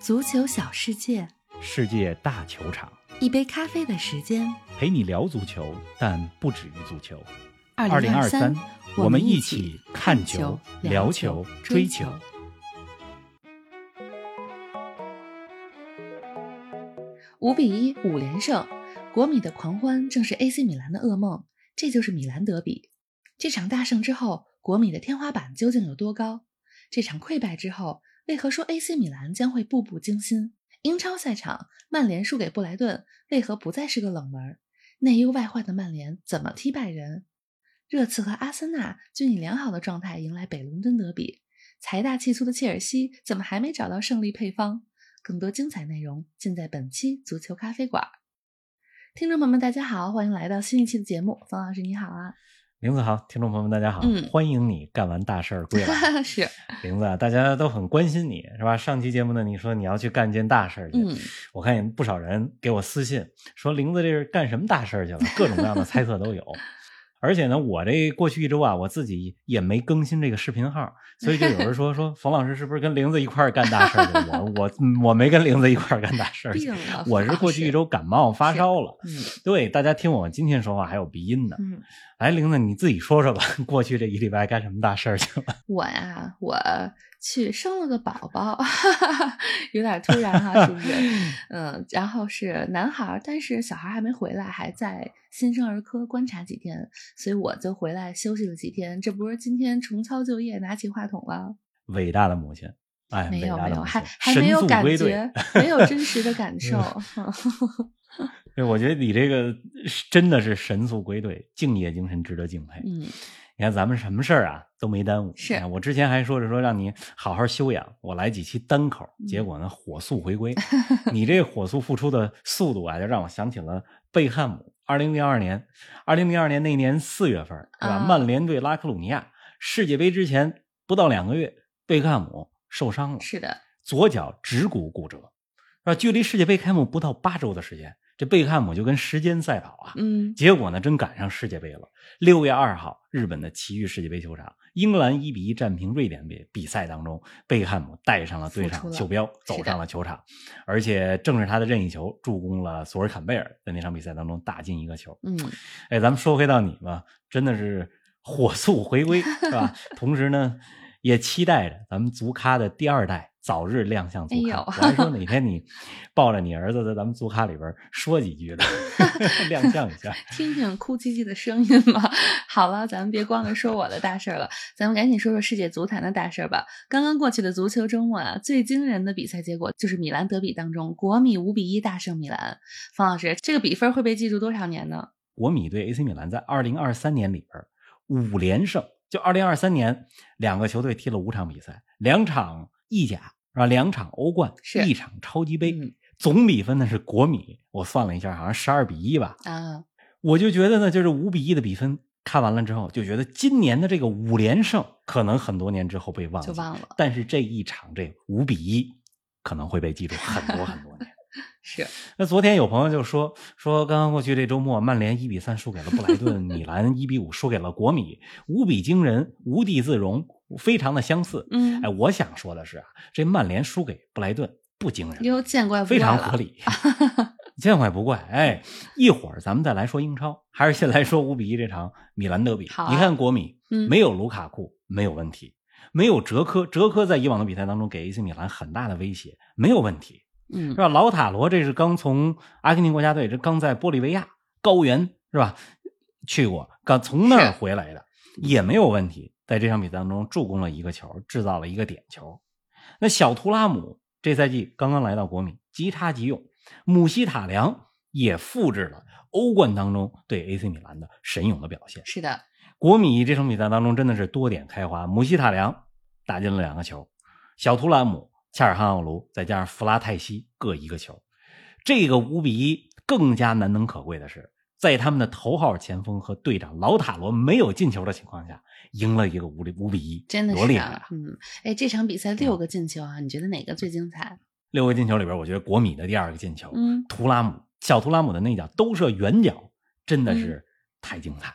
足球小世界，世界大球场，一杯咖啡的时间。陪你聊足球，但不止于足球。二零二三，我我们们一一起起看看球球、聊聊球球、追追球球。五比一五连胜，国米的狂欢正是 AC 米兰的噩梦。这就是米兰德比。这场大胜之后，国米的天花板究竟有多高？这场溃败之后，为何说 AC 米兰将会步步惊心？英超赛场，曼联输给布莱顿，为何不再是个冷门？内忧外患的曼联怎么踢败人？热刺和阿森纳均以良好的状态迎来北伦敦德比，财大气粗的切尔西怎么还没找到胜利配方？更多精彩内容尽在本期足球咖啡馆。听众朋友们，大家好，欢迎来到新一期的节目。冯老师你好啊，林子好，听众朋友们，大家好，嗯欢迎你干完大事儿归来。 是，林子啊，大家都很关心你，是吧？上期节目呢，你说你要去干件大事儿去，嗯，我看也不少人给我私信说，林子这是干什么大 事儿去了？各种各样的猜测都有。而且呢，我这过去一周啊，我自己也没更新这个视频号，所以就有人说说冯老师是不是跟玲子一块儿干大事儿去？我我我没跟玲子一块儿干大事儿去病，了，我是过去一周感冒发啊是烧了。冯老师，对，大家听我今天说话还有鼻音呢。嗯嗯，哎，玲子，你自己说说吧，过去这一礼拜干什么大事儿去了？ 我呀，我去生了个宝宝， 有点突然哈、是不 是？嗯，然后是男孩儿，但是小孩儿还没回来，还在新生儿科观察几天，所以我就回来休息了几天。这不是今天重操旧业，拿起话筒了。伟大的母亲，哎，没伟有大没的有，母还亲，还没神有速感归队嗯觉。，没有真实的 感受。 对，我觉得你这个是真的是神速归队，敬业精神值得敬佩。嗯，你看咱们什么事儿啊都没耽误。是哎我之前还说着说让你好好休养，我来几期单口，嗯结果呢火速 回归。你这火速付出的速度啊，就让我想起了贝汉姆。二零零二年，二零零二年那年四月份，是吧？啊曼联对拉科鲁尼亚，世界杯之前不到两个月，贝克汉姆受伤了，是的，左脚趾骨骨折，是吧？距离世界杯开幕不到八周的时间，这贝克汉姆就跟时间赛跑啊，嗯结果呢，真赶上世界杯了。六月二号，日本的埼玉世界杯球场，英格兰一比一战平瑞典比比赛当中，贝克汉姆带上了队复出上了袖标，走上了球场，而且正是他的任意球助攻了索尔坎贝尔，在那场比赛当中打进一个球。嗯，哎，咱们说回到你吧，真的是火速 回归，是吧？同时呢，也期待着咱们足咖的第二代早日亮相足咖。哎呦我还说哪天你抱着你儿子在咱们足咖里边说几句 呢，亮相一下。听听哭唧唧的声音吧。 好了，咱们别光着说我的大事儿了， 咱们赶紧说说世界足坛的大事儿吧。刚刚过去的足球周末啊，最惊人的比赛结果就是米兰德比当中，国米五比一大胜米兰。方老师，这个比分会被记住多少年呢？国米对 AC 米兰在二零二三年里边五连胜，就二零二三年两个球队踢了五场比赛，两场意甲是吧？两场欧冠，是一场超级杯，嗯总比分呢是国米，我算了一下，好像十二比一吧。啊，我就觉得呢，就是五比一的比分。看完了之后，就觉得今年的这个五连胜，可能很多年之后被忘记，就忘了。但是这一场这五比一，可能会被记住很多很多年。是，那昨天有朋友就说说，刚刚过去这周末，曼联一比三输给了布莱顿，米兰一比五输给了国米，无比惊人，无地自容，非常的相似。嗯哎，，我想说的是啊，这曼联输给布莱顿不惊人，又见怪不怪非常了。合理，见怪不怪。哎，一会儿咱们再来说英超，还是先来说五比一这场米兰德比。好啊你看国米嗯，没有卢卡库没有问题，没有哲科，哲科在以往的比赛当中给 AC 米兰很大的威胁，没有问题。嗯是，吧？老塔罗这是刚从阿根廷国家队，这刚在玻利维亚高原是吧去过，刚从那是儿回来的，也没有问题。在这场比赛当中助攻了一个球，制造了一个点球。那小图拉姆这赛季刚刚来到国米，即插即用。姆希塔良也复制了欧冠当中对 AC 米兰的神勇的表现。是的，国米这场比赛当中真的是多点开花，姆希塔良打进了两个球，小图兰姆、恰尔汗奥卢再加上弗拉泰西各一个球。这个五比一更加难能可贵的是，在他们的头号前锋和队长老塔罗没有进球的情况下，赢了一个五比五比一，真的多是厉害啊啊！，嗯嗯，哎，这场比赛六个进球啊，你觉得哪个最精彩？六个进球里边，我觉得国米的第二个进球，嗯，图拉姆、小图拉姆的那脚兜射远角，真的是太精彩了，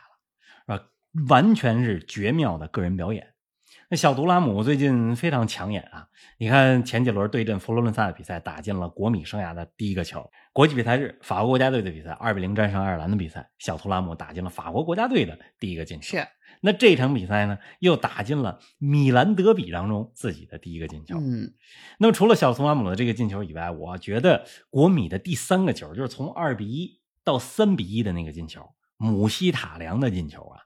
是吧？完全是绝妙的个人表演。那小杜拉姆最近非常抢眼啊！你看前几轮对阵佛罗伦萨的比赛，打进了国米生涯的第一个球。国际比赛日，法国国家队的比赛，二比零战胜爱尔兰的比赛，小杜拉姆打进了法国国家队的第一个进球。是，那这场比赛呢，又打进了米兰德比当中自己的第一个进球。嗯，那么除了小苏马姆的这个进球以外，我觉得国米的第三个球，就是从二比一到三比一的那个进球，姆希塔良的进球啊，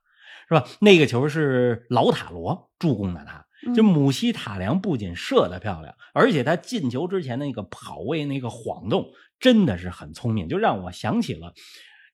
是吧？那个球是老塔罗助攻的他。嗯就姆希塔良不仅射得漂亮，而且他进球之前那个跑位、那个晃动，真的是很聪明，就让我想起了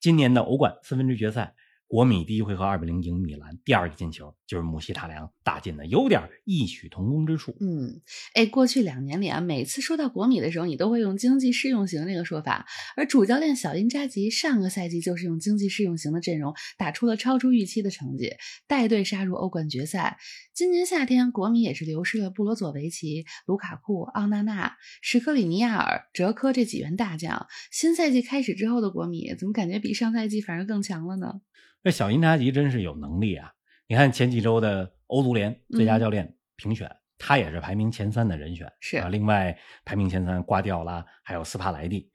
今年的欧冠四分之一决赛，国米第一回合二比零赢米兰，第二个进球就是姆希塔良打进的，有点异曲同工之处。嗯，哎，过去两年里啊，每次说到国米的时候，你都会用经济适用型这个说法，而主教练小因扎吉上个赛季就是用经济适用型的阵容打出了超出预期的成绩，带队杀入欧冠决赛。今年夏天，国米也是流失了布罗佐维奇、卢卡库、奥纳纳、什克里尼亚尔、哲科这几员大将。新赛季开始之后的国米，怎么感觉比上赛季反而更强了呢？这小因扎吉真是有能力啊！你看前几周的欧足联最佳教练评选，他也是排名前三的人选。嗯是啊，另外排名前三瓜迪奥拉还有斯帕莱蒂。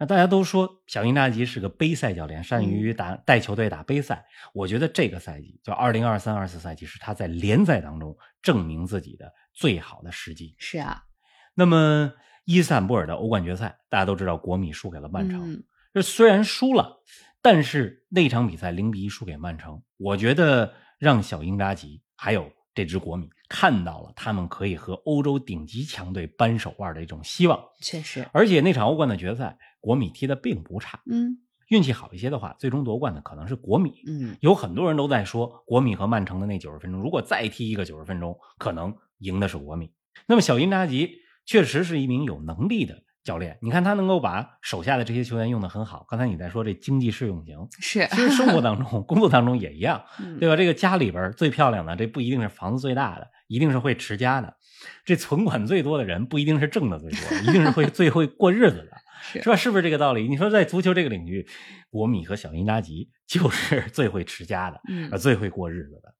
那大家都说小因扎吉是个杯赛教练，嗯善于打带球队打杯赛。我觉得这个赛季，就二零二三二四赛季，是他在联赛当中证明自己的最好的时机。是啊，那么伊斯坦布尔的欧冠决赛，大家都知道国米输给了曼城。嗯这虽然输了，但是那场比赛零比一输给曼城，我觉得让小英扎吉还有这支国米看到了他们可以和欧洲顶级强队扳手腕的一种希望。确实，而且那场欧冠的决赛，国米踢得并不差，嗯运气好一些的话，最终夺冠的可能是国米。嗯，有很多人都在说，国米和曼城的那九十分钟，如果再踢一个九十分钟，可能赢的是国米。那么小因扎吉确实是一名有能力的教练，你看他能够把手下的这些球员用得很好。刚才你在说这经济适用型，是，其实生活当中、工作当中也一样，嗯对吧？这个家里边最漂亮的，这不一定是房子最大的，一定是会持家的；这存款最多的人，不一定是挣的最多，一定是会最会过日子的。是是吧？是不是这个道理？你说在足球这个领域，国米和小因扎吉就是最会持家的，嗯呃，最会过日子的。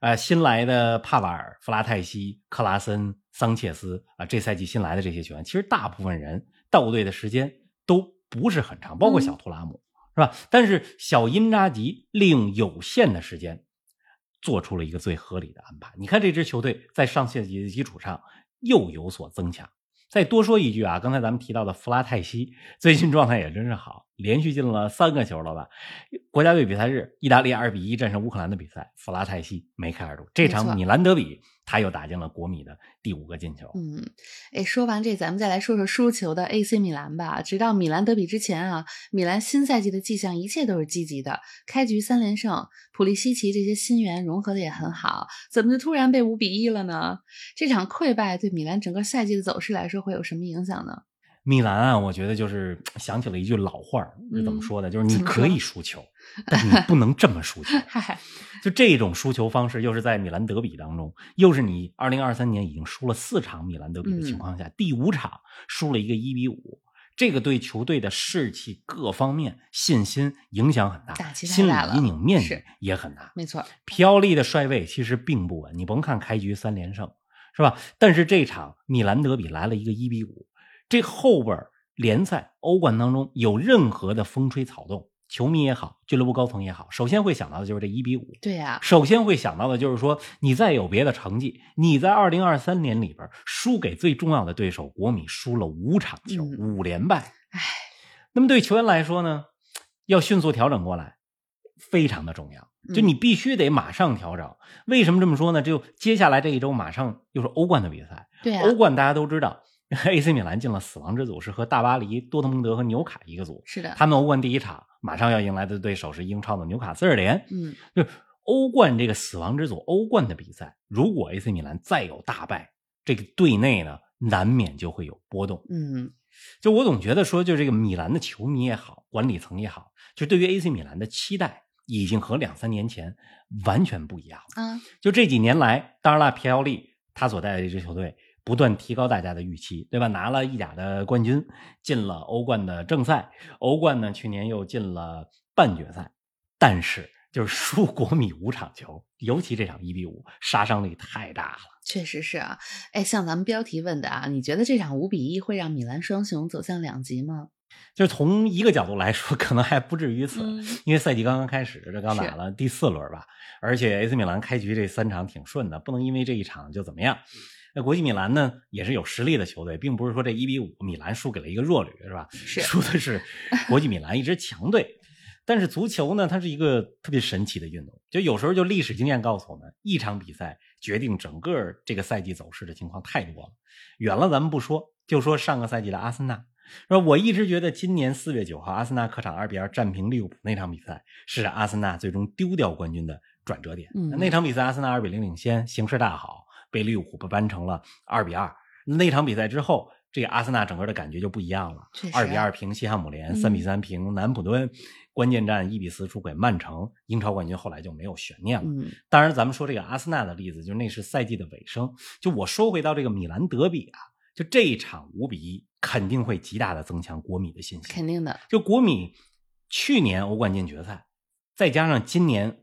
呃，新来的帕瓦尔、弗拉泰西、克拉森、桑切斯啊、这赛季新来的这些球员，其实大部分人到队的时间都不是很长，包括小图拉姆，是吧？但是小因扎吉利用有限的时间，做出了一个最合理的安排。你看这支球队在上赛季的基础上又有所增强。再多说一句啊，刚才咱们提到的弗拉泰西最近状态也真是好，连续进了三个球了吧？国家队比赛日，意大利二比一战胜乌克兰的比赛，弗拉泰西梅开二度。这没错场米兰德比，他又打进了国米的第五个进球。嗯，哎，说完这，咱们再来说说输球的 AC 米兰吧。直到米兰德比之前啊，米兰新赛季的迹象一切都是积极的，开局三连胜，普利西奇这些新援融合的也很好，怎么就突然被五比一了呢？这场溃败对米兰整个赛季的走势来说会有什么影响呢？ 米兰啊，我觉得就是想起了一句老话儿，是怎么说的？就是你嗯怎么可说以输球，但你不能这么输球。嗨，就这种输球方式，又是在米兰德比当中，又是你二零二三年已经输了四场米兰德比的嗯情况下，第五场输了一个一比五，这个对球队的士气各方面信心影响很大，打击太心理大了阴影面积是也很大。没错，飘利的帅位其实并不稳，你甭看开局三连胜，是吧？但是这场米兰德比来了一个一比五，这后边儿联赛、欧冠当中有任何的风吹草动，球迷也好，俱乐部高层也好，首先会想到的就是这一比五。对呀、首先会想到的就是说，你再有别的成绩，你在二零二三年里边输给最重要的对手国米，输了五场球，嗯五连败。唉，那么对球员来说呢，要迅速调整过来，非常的重要。就嗯你必须得马上调整。为什么这么说呢？就接下来这一周马上又是欧冠的比赛，对啊呀、欧冠大家都知道 ，AC 米兰进了死亡之组，是和大巴黎、多特蒙德和纽卡一个组。是的，他们欧冠第一场马上要迎来的对手是英超的纽卡斯尔联。嗯，就是欧冠这个死亡之组，欧冠的比赛，如果 AC 米兰再有大败，这个队内呢难免就会有波动。嗯，就我总觉得说，就这个米兰的球迷也好，管理层也好，就对于 AC 米兰的期待已经和两三年前完全不一样了。啊，就这几年来，当然了，皮奥利他所带的这支球队不断提高大家的预期，对吧？拿了意甲的冠军，进了欧冠的正赛，欧冠呢去年又进了半决赛，但是就是输国米五场球，尤其这场一比五，杀伤力太大了。确实是啊。哎，像咱们标题问的啊，你觉得这场五比一会让米兰双雄走向两极吗？就是从一个角度来说，可能还不至于此，嗯因为赛季刚刚开始，这刚是打了第四轮吧，而且 AC 米兰开局这三场挺顺的，不能因为这一场就怎么样。那国际米兰呢，也是有实力的球队，并不是说这一比五米兰输给了一个弱旅，是吧？是输的是国际米兰一支强队。但是足球呢，它是一个特别神奇的运动，就有时候就历史经验告诉我们，一场比赛决定整个这个赛季走势的情况太多了。远了咱们不说，就说上个赛季的阿森纳，说我一直觉得今年四月九号阿森纳客场二比二战平利物浦那场比赛是阿森纳最终丢掉冠军的转折点。嗯那场比赛阿森纳二比零领先，形势大好，被利物浦扳成了二比二。那场比赛之后，这个阿森纳整个的感觉就不一样了确，实嗯二比二平西汉姆联，三比三平南普敦，关键战一比四输给曼城，英超冠军后来就没有悬念了。嗯，当然，咱们说这个阿森纳的例子，就是那是赛季的尾声。就我说回到这个米兰德比啊，就这一场五比一，肯定会极大的增强国米的信心。肯定的。就国米去年欧冠进决赛，再加上今年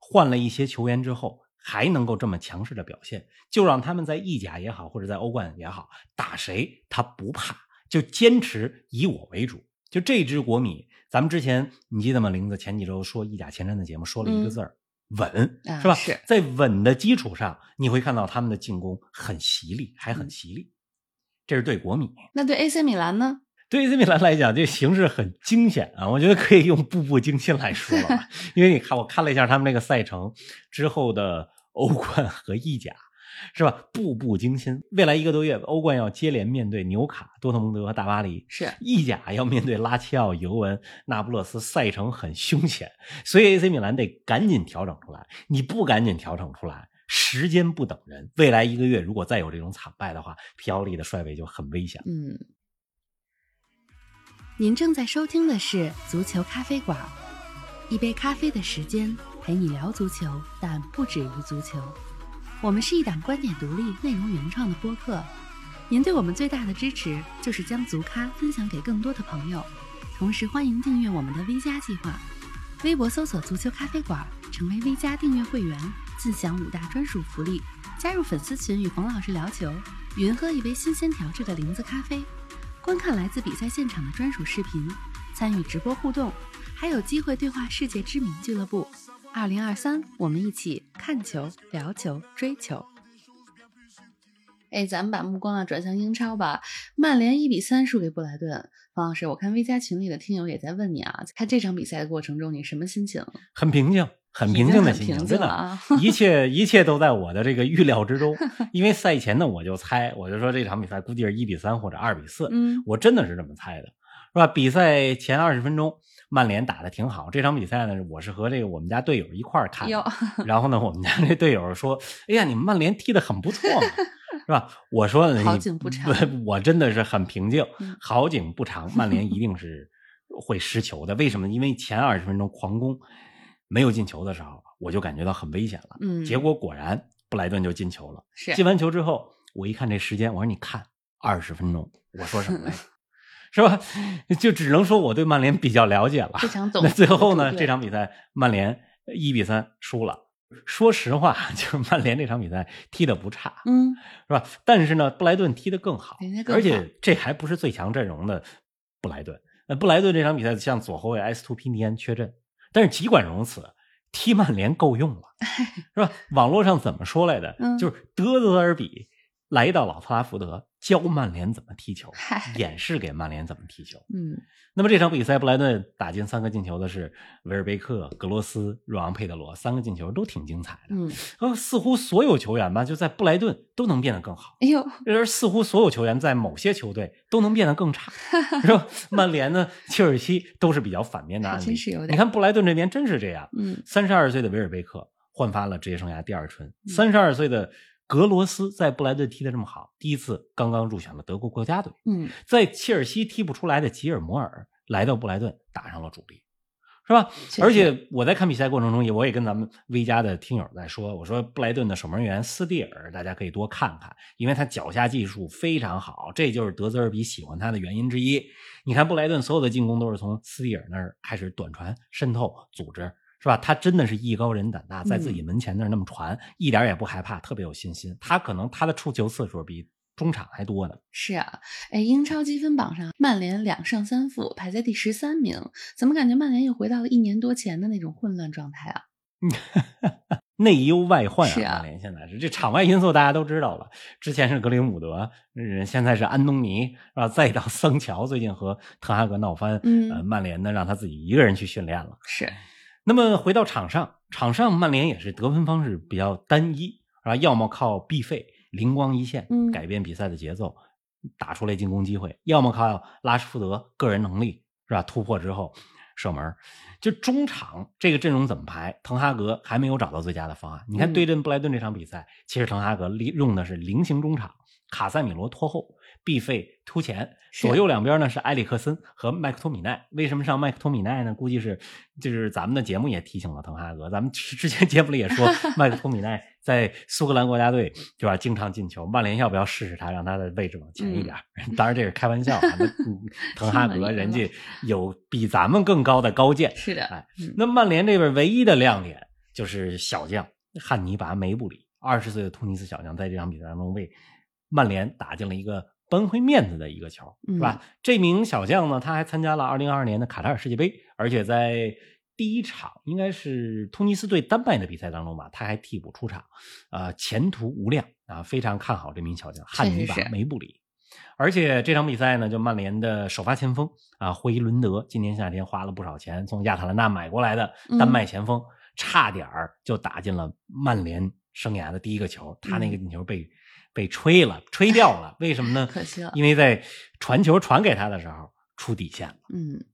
换了一些球员之后，还能够这么强势的表现，就让他们在意甲也好，或者在欧冠也好，打谁他不怕，就坚持以我为主。就这支国米，咱们之前你记得吗？玲子前几周说意甲前瞻的节目说了一个嗯字儿。稳啊吧？是在稳的基础上，你会看到他们的进攻很犀利，还嗯很犀利。这是对国米。那对 AC 米兰呢？对于 AC 米兰来讲，这形势很惊险啊！我觉得可以用步步惊心来说了吧， 因为你看，我看了一下他们那个赛程之后的欧冠和意甲，是吧？步步惊心。未来一个多月，欧冠要接连面对纽卡、多特蒙德和大巴黎，是意甲要面对拉齐奥、尤文、那不勒斯，赛程很凶险，所以 AC 米兰得赶紧调整出来。你不赶紧调整出来，时间不等人。未来一个月如果再有这种惨败的话，皮奥利的帅位就很危险了。嗯，您正在收听的是《足球咖啡馆》，一杯咖啡的时间陪你聊足球，但不止于足球。我们是一档观点独立、内容原创的播客。您对我们最大的支持就是将足咖分享给更多的朋友，同时欢迎订阅我们的 V 加计划。微博搜索“足球咖啡馆”，成为 V 加订阅会员，尽享五大专属福利，加入粉丝群与冯老师聊球，云喝一杯新鲜调制的零子咖啡。观看来自比赛现场的专属视频，参与直播互动，还有机会对话世界知名俱乐部。二零二三，我们一起看球、聊球、追球。哎，咱们把目光啊转向英超吧。曼联一比三输给布莱顿。方老师，我看 V 加群里的听友也在问你啊，看这场比赛的过程中你什么心情？很平静，很平已静经的很心情，平真静了的，啊。 一切一切都在我的这个预料之中。因为赛前呢，我就猜，我就说这场比赛估计是一比三或者二比四，嗯，我真的是这么猜的，是吧？比赛前二十分钟，曼联打得挺好。这场比赛呢，我是和这个我们家队友一块儿看的，哟， 然后呢，我们家这队友说：“哎呀，你们曼联踢得很不错 嘛，是吧？”我说：“好你景不长不我真的是很平静嗯，好景不长， 曼联一定是会失球的。为什么？因为前二十分钟狂攻没有进球的时候，我就感觉到很危险了。嗯，结果果然布莱顿就进球了。 是进完球之后，我一看这时间，我说：“你看，二十分钟。”我说什么 来着？是吧？就只能说我对曼联比较了解了。非常懂。那最后呢，对这场比赛曼联一比三输了。说实话， 就是曼联这场比赛踢得不差，嗯，是吧？但是呢，布莱顿踢得更好，人家更好而且这还不是最强阵容的布莱顿。那布莱顿这场比赛像左后卫埃斯图皮尼安缺阵，但是尽管如此，踢曼联够用 了，是吧？网络上怎么说来的？嗯就是德泽尔比来到老特拉福德教曼联怎么踢球，嗨，演示给曼联怎么踢球。嗯，那么这场比赛，布莱顿打进三个进球的是维尔贝克、格罗斯、若昂佩德罗，三个进球都挺精彩的。嗯，呃，似乎所有球员吧，就在布莱顿都能变得更好，哎呦，而似乎所有球员在某些球队都能变得更 差，是吧？曼联呢、切尔西都是比较反面的案还例。真是有点你看布莱顿这边真是这样，嗯，三十二岁的维尔贝克焕发了职业生涯第二春，嗯三十二岁的格罗斯在布莱顿踢得这么好，第一次刚刚入选了德国国家队。嗯，在切尔西踢不出来的吉尔摩尔来到布莱顿打上了主力，是吧？确而实且我在看比赛过程中，也我也跟咱们 V 家的听友在说，我说布莱顿的守门员斯蒂尔，大家可以多看看，因为他脚下技术非常好，这就是德泽尔比喜欢他的原因之一。你看布莱顿所有的进攻都是从斯蒂尔那儿开始短传、渗透、组织，是吧？他真的是艺高人胆大，在自嗯己门前那儿那么传，一点儿也不害怕，特别有信心。他可能他的触球次数比中场还多呢。是啊，哎，英超积分榜上，曼联两胜三负，排在第十三名。怎么感觉曼联又回到了一年多前的那种混乱状态啊？内忧外患是啊！啊曼联现在是这场外因素大家都知道了，之前是格林伍德，嗯现在是安东尼，然后再到桑乔，最近和滕哈格闹翻，嗯呃，曼联呢让他自己一个人去训练了。是，那么回到场上，场上曼联也是得分方式比较单一，啊，要么靠必费灵光一现嗯改变比赛的节奏，打出来进攻机会；要么靠拉什福德个人能力是吧突破之后射门。就中场这个阵容怎么排，滕哈格还没有找到最佳的方案。你看嗯对阵布莱顿这场比赛，其实滕哈格利用的是菱形中场，卡塞米罗拖后，必费突前，是左右两边呢是埃里克森和麦克托米奈。为什么上麦克托米奈呢？估计是就是咱们的节目也提醒了滕哈格，咱们之之前节目里也 说麦克托米奈在苏格兰国家队对吧，经常进球。曼联要不要试试他，让他的位置往前一点儿？当然这是开玩笑啊，那 嗯滕哈嗯听格了人也家有比咱们更高的高见。 是的，哎嗯那曼联这边唯一的亮点就是小将汉尼拔·梅布里，二十岁的突尼斯小将，在这场比赛当中为曼联打进了一个扳回面子的一个球，是吧？嗯这名小将呢，他还参加了二零二二年的卡塔尔世界杯，而且在第一场应该是突尼斯对丹麦的比赛当中吧，他还替补出场，呃，前途无量啊，非常看好这名小将汉尼拔是是·梅布里。而且这场比赛呢，就曼联的首发前锋啊，霍伊伦德，今年夏天花了不少钱从亚特兰大买过来的嗯丹麦前锋，差点儿就打进了曼联生涯的第一个球，他嗯那个进球被、被吹了，吹掉了，为什么呢？ 可惜了因为在传球传给他的时候出底线了。嗯，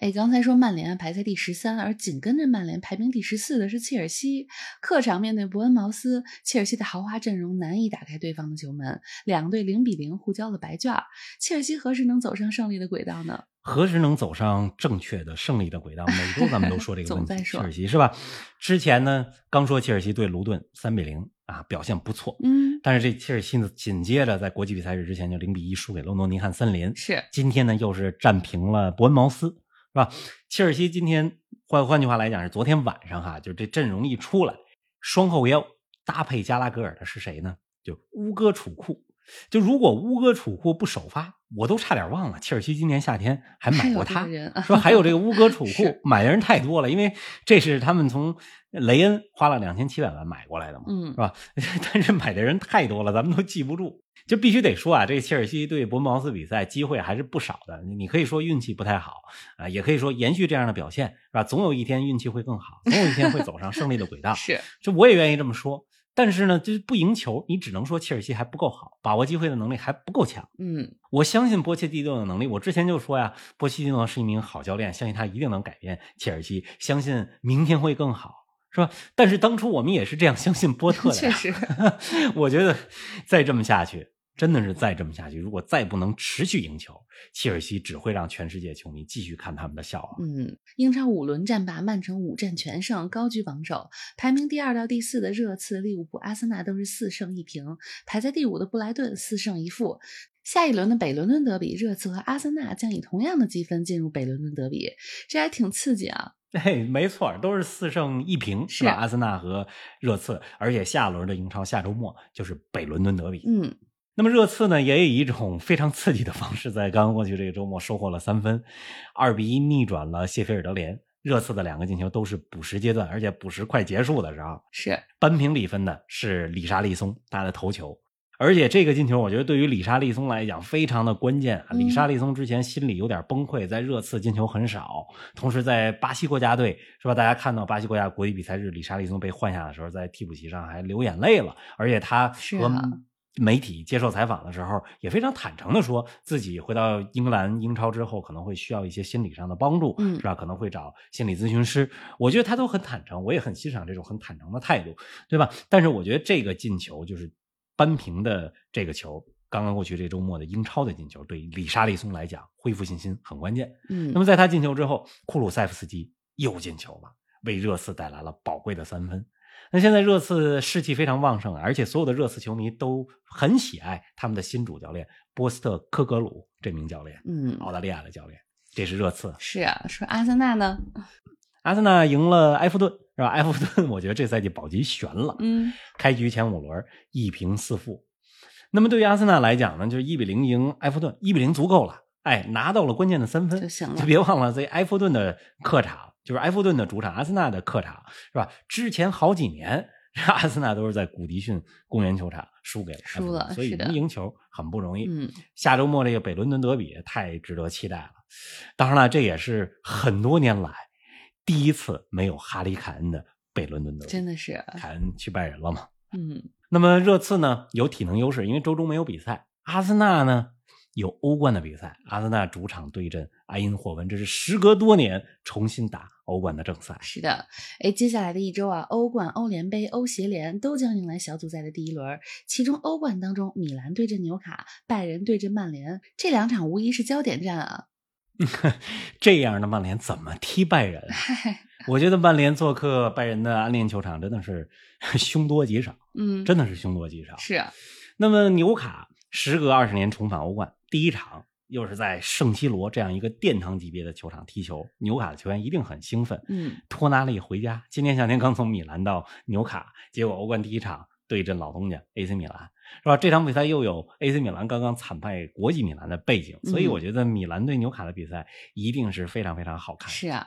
哎，刚才说曼联啊排在第十三，而紧跟着曼联排名第十四的是切尔西。客场面对伯恩茅斯，切尔西的豪华阵容难以打开对方的球门，两队零比零互交了白卷儿。切尔西何时能走上胜利的轨道呢？何时能走上正确的胜利的轨道？每周咱们都说这个 问总题，在说切尔西是吧？之前呢，刚说切尔西对卢顿三比零啊，表现不错，嗯，但是这切尔西呢，紧接着在国际比赛日之前就零比一输给洛诺尼汉森林，是，今天呢又是战平了伯恩茅斯，是吧？切尔西今天换换句话来讲是昨天晚上哈，就这阵容一出来，双后腰搭配加拉格尔的是谁呢？就乌戈楚库。就如果乌戈楚库不首发，我都差点忘了，切尔西今年夏天还还买 有过这个他。人啊，说还有这个乌 戈楚库是买的人太多了，因为这是他们从雷恩花了两千七百万买过来的嘛。嗯是，吧？ 但是买的人太多了，咱们都记不住。就必须得说啊，这切尔西对伯恩茅斯比赛机会还是不少的。你可以说运气不太好啊、也可以说延续这样的表现，是吧？总有一天运气会更好，总有一天会走上胜利的轨道。是，这我也愿意这么说。但是呢，就是不赢球，你只能说切尔西还不够好，把握机会的能力还不够强。嗯，我相信波切蒂诺的能力。我之前就说呀，波切蒂诺是一名好教练，相信他一定能改变切尔西，相信明天会更好，是吧？但是当初我们也是这样相信波特啊的呀，确 实，我觉得再这么下去，真的是再这么下去，如果再不能持续赢球，切尔西只会让全世界球迷继续看他们的笑啊话。嗯，英超五轮战罢，曼城五战全胜，高居榜首。排名第二到第四的热刺、利物浦、阿森纳都是四胜一平，排在第五的布莱顿四胜一负。下一轮的北伦敦德比，热刺和阿森纳将以同样的积分进入北伦敦德比，这还挺刺激啊！ 嘿，没错儿，都是四胜一平，是是吧？阿森纳和热刺，而且下轮的英超下周末就是北伦敦德比。嗯，那么热刺呢，也以一种非常刺激的方式，在刚刚过去这个周末收获了三分，二比一逆转了谢菲尔德联。热刺的两个进球都是补时阶段，而且补时快结束的时候，是，扳平比分的是里沙利松他的头球，而且这个进球我觉得对于里沙利松来讲非常的关键啊。嗯里沙利松之前心里有点崩溃，在热刺进球很少，同时在巴西国家队是吧？大家看到巴西国家国际比赛日里沙利松被换下的时候，在替补席上还流眼泪了，而且他是和啊媒体接受采访的时候，也非常坦诚的说自己回到英格兰英超之后，可能会需要一些心理上的帮助，嗯是吧？可能会找心理咨询师。我觉得他都很坦诚，我也很欣赏这种很坦诚的态度，对吧？但是我觉得这个进球就是扳平的这个球，刚刚过去这周末的英超的进球，对里沙利松来讲恢复信心很关键。嗯那，么在他进球之后，库鲁塞夫斯基又进球了，为热刺带来了宝贵的三分。那现在热刺士气非常旺盛，而且所有的热刺球迷都很喜爱他们的新主教练波斯特科格鲁这名教练，嗯，澳大利亚的教练。这是热刺，是啊。说阿森纳呢？阿森纳赢了埃弗顿，是吧？埃弗顿，我觉得这赛季保级悬了。嗯开局前五轮一平四负。那么对于阿森纳来讲呢，就是一比零赢埃弗顿，一比零足够了。哎，拿到了关键的三分就行了别忘了，这埃弗顿的客场就是埃弗顿的主场，阿森纳的客场是吧？之前好几年，阿森纳都是在古迪逊公园球场输给了埃弗输顿了所以是的能赢球很不容易。嗯，下周末这个北伦敦德比太值得期待了。当然了，这也是很多年来第一次没有哈里凯恩的北伦敦德比。真的是，啊凯恩去拜仁了嘛？嗯那么热刺呢有体能优势，因为周中没有比赛。阿森纳呢有欧冠的比赛，阿森纳主场对阵埃因霍温，这是时隔多年重新打欧冠的正赛。 是的。哎，接下来的一周啊，欧冠、欧联杯、欧协联都将迎来小组赛的第一轮儿。其中欧冠当中，米兰对阵纽卡，拜仁对阵曼联，这两场无疑是焦点战啊。这样的曼联怎么踢拜仁？啊嗨， 我觉得曼联做客拜仁的安联球场真的是 凶多吉少，嗯，真的是凶多吉少。是啊那么纽卡时隔二十年重返欧冠，第一场又是在圣西罗这样一个殿堂级别的球场踢球，纽卡的球员一定很兴奋。嗯，托纳利回家，今年夏天刚从米兰到纽卡，结果欧冠第一场对阵老东家 AC 米兰，是吧？这场比赛又有 AC 米兰刚刚惨败国际米兰的背景，所以嗯我觉得米兰对纽卡的比赛一定是非常非常好看。是啊，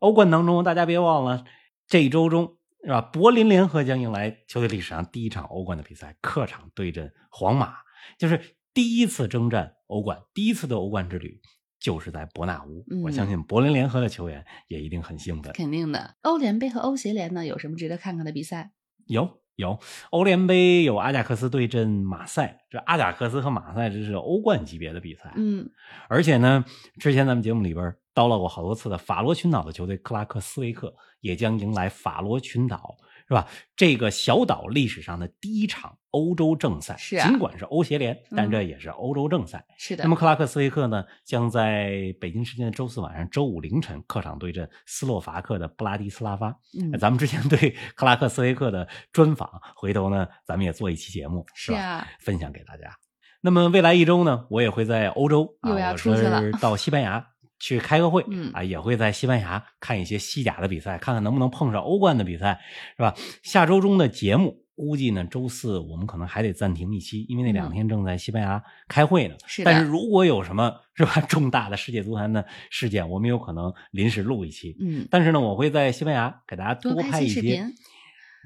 欧冠当中，大家别忘了这一周中是吧？柏林联合将迎来球队历史上第一场欧冠的比赛，客场对阵皇马，就是第一次征战欧冠，第一次的欧冠之旅。就是在伯纳乌，我嗯相信柏林联合的球员也一定很兴奋。肯定的。欧联杯和欧协联呢，有什么值得看看的比赛？有有，欧联杯有阿贾克斯对阵马赛，这阿贾克斯和马赛这是欧冠级别的比赛。，嗯，而且呢，之前咱们节目里边叨唠过好多次的法罗群岛的球队克拉克斯维克也将迎来法罗群岛。是吧？这个小岛历史上的第一场欧洲正赛，是啊尽管是欧协联，但嗯这也是欧洲正赛。是的。那么克拉克斯维克呢，将在北京时间的周四晚上、周五凌晨客场对阵斯洛伐克的布拉迪斯拉发。嗯，咱们之前对克拉克斯维克的专访，回头呢，咱们也做一期节目，是吧？啊，分享给大家。那么未来一周呢，我也会在欧洲啊，又要我出去了是到西班牙去开个会，嗯啊，也会在西班牙看一些西甲的比赛，看看能不能碰上欧冠的比赛，是吧？下周中的节目。估计呢，周四我们可能还得暂停一期，因为那两天正在西班牙开会呢。嗯是的但是如果有什么是吧重大的世界足坛的事件，我们有可能临时录一期。嗯，但是呢，我会在西班牙给大家多多拍拍些一视些频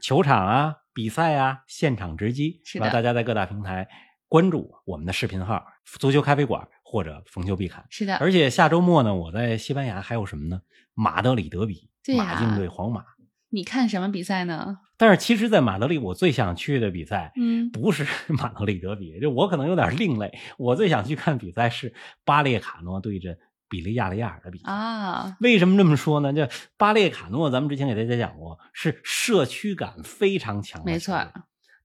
球场啊、比赛啊、现场直击，是吧的大家在各大平台关注我们的视频号“足球咖啡馆”或者“逢球必看”。是的，而且下周末呢，我在西班牙还有什么呢？马德里德比，对呀马竞对皇马。你看什么比赛呢？但是其实，在马德里，我最想去的比赛嗯，不是 马德里德比，就我可能有点另类，我最想去看比赛是巴列卡诺对阵比利亚雷亚尔的比赛。啊，为什么这么说呢？这巴列卡诺，咱们之前给大家讲过，是社区感非常强的。没错儿，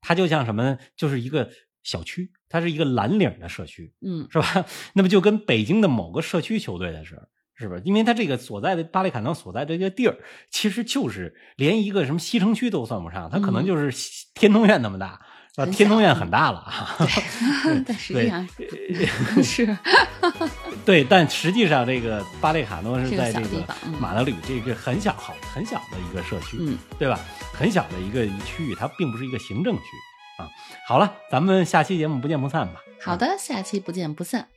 它就像什么呢？就是一个小区，它是一个蓝领的社区，嗯，是吧？ 那么就跟北京的某个社区球队的事儿。是吧？因为它这个所在的巴列卡诺所在的这个地儿，其实就是连一个什么西城区都算不上，它可能嗯就是西天通苑那么大，是吧？很天通小苑很大了啊， 但实际上呃 是啊对，但实际上这个巴列卡诺是是个在小这地个方嗯马德里这个很小好很小的一个社区，嗯，对吧？很小的一个一区域，它并不是一个行政区啊。好了，咱们下期节目不见不散吧。好的，下期不见不散。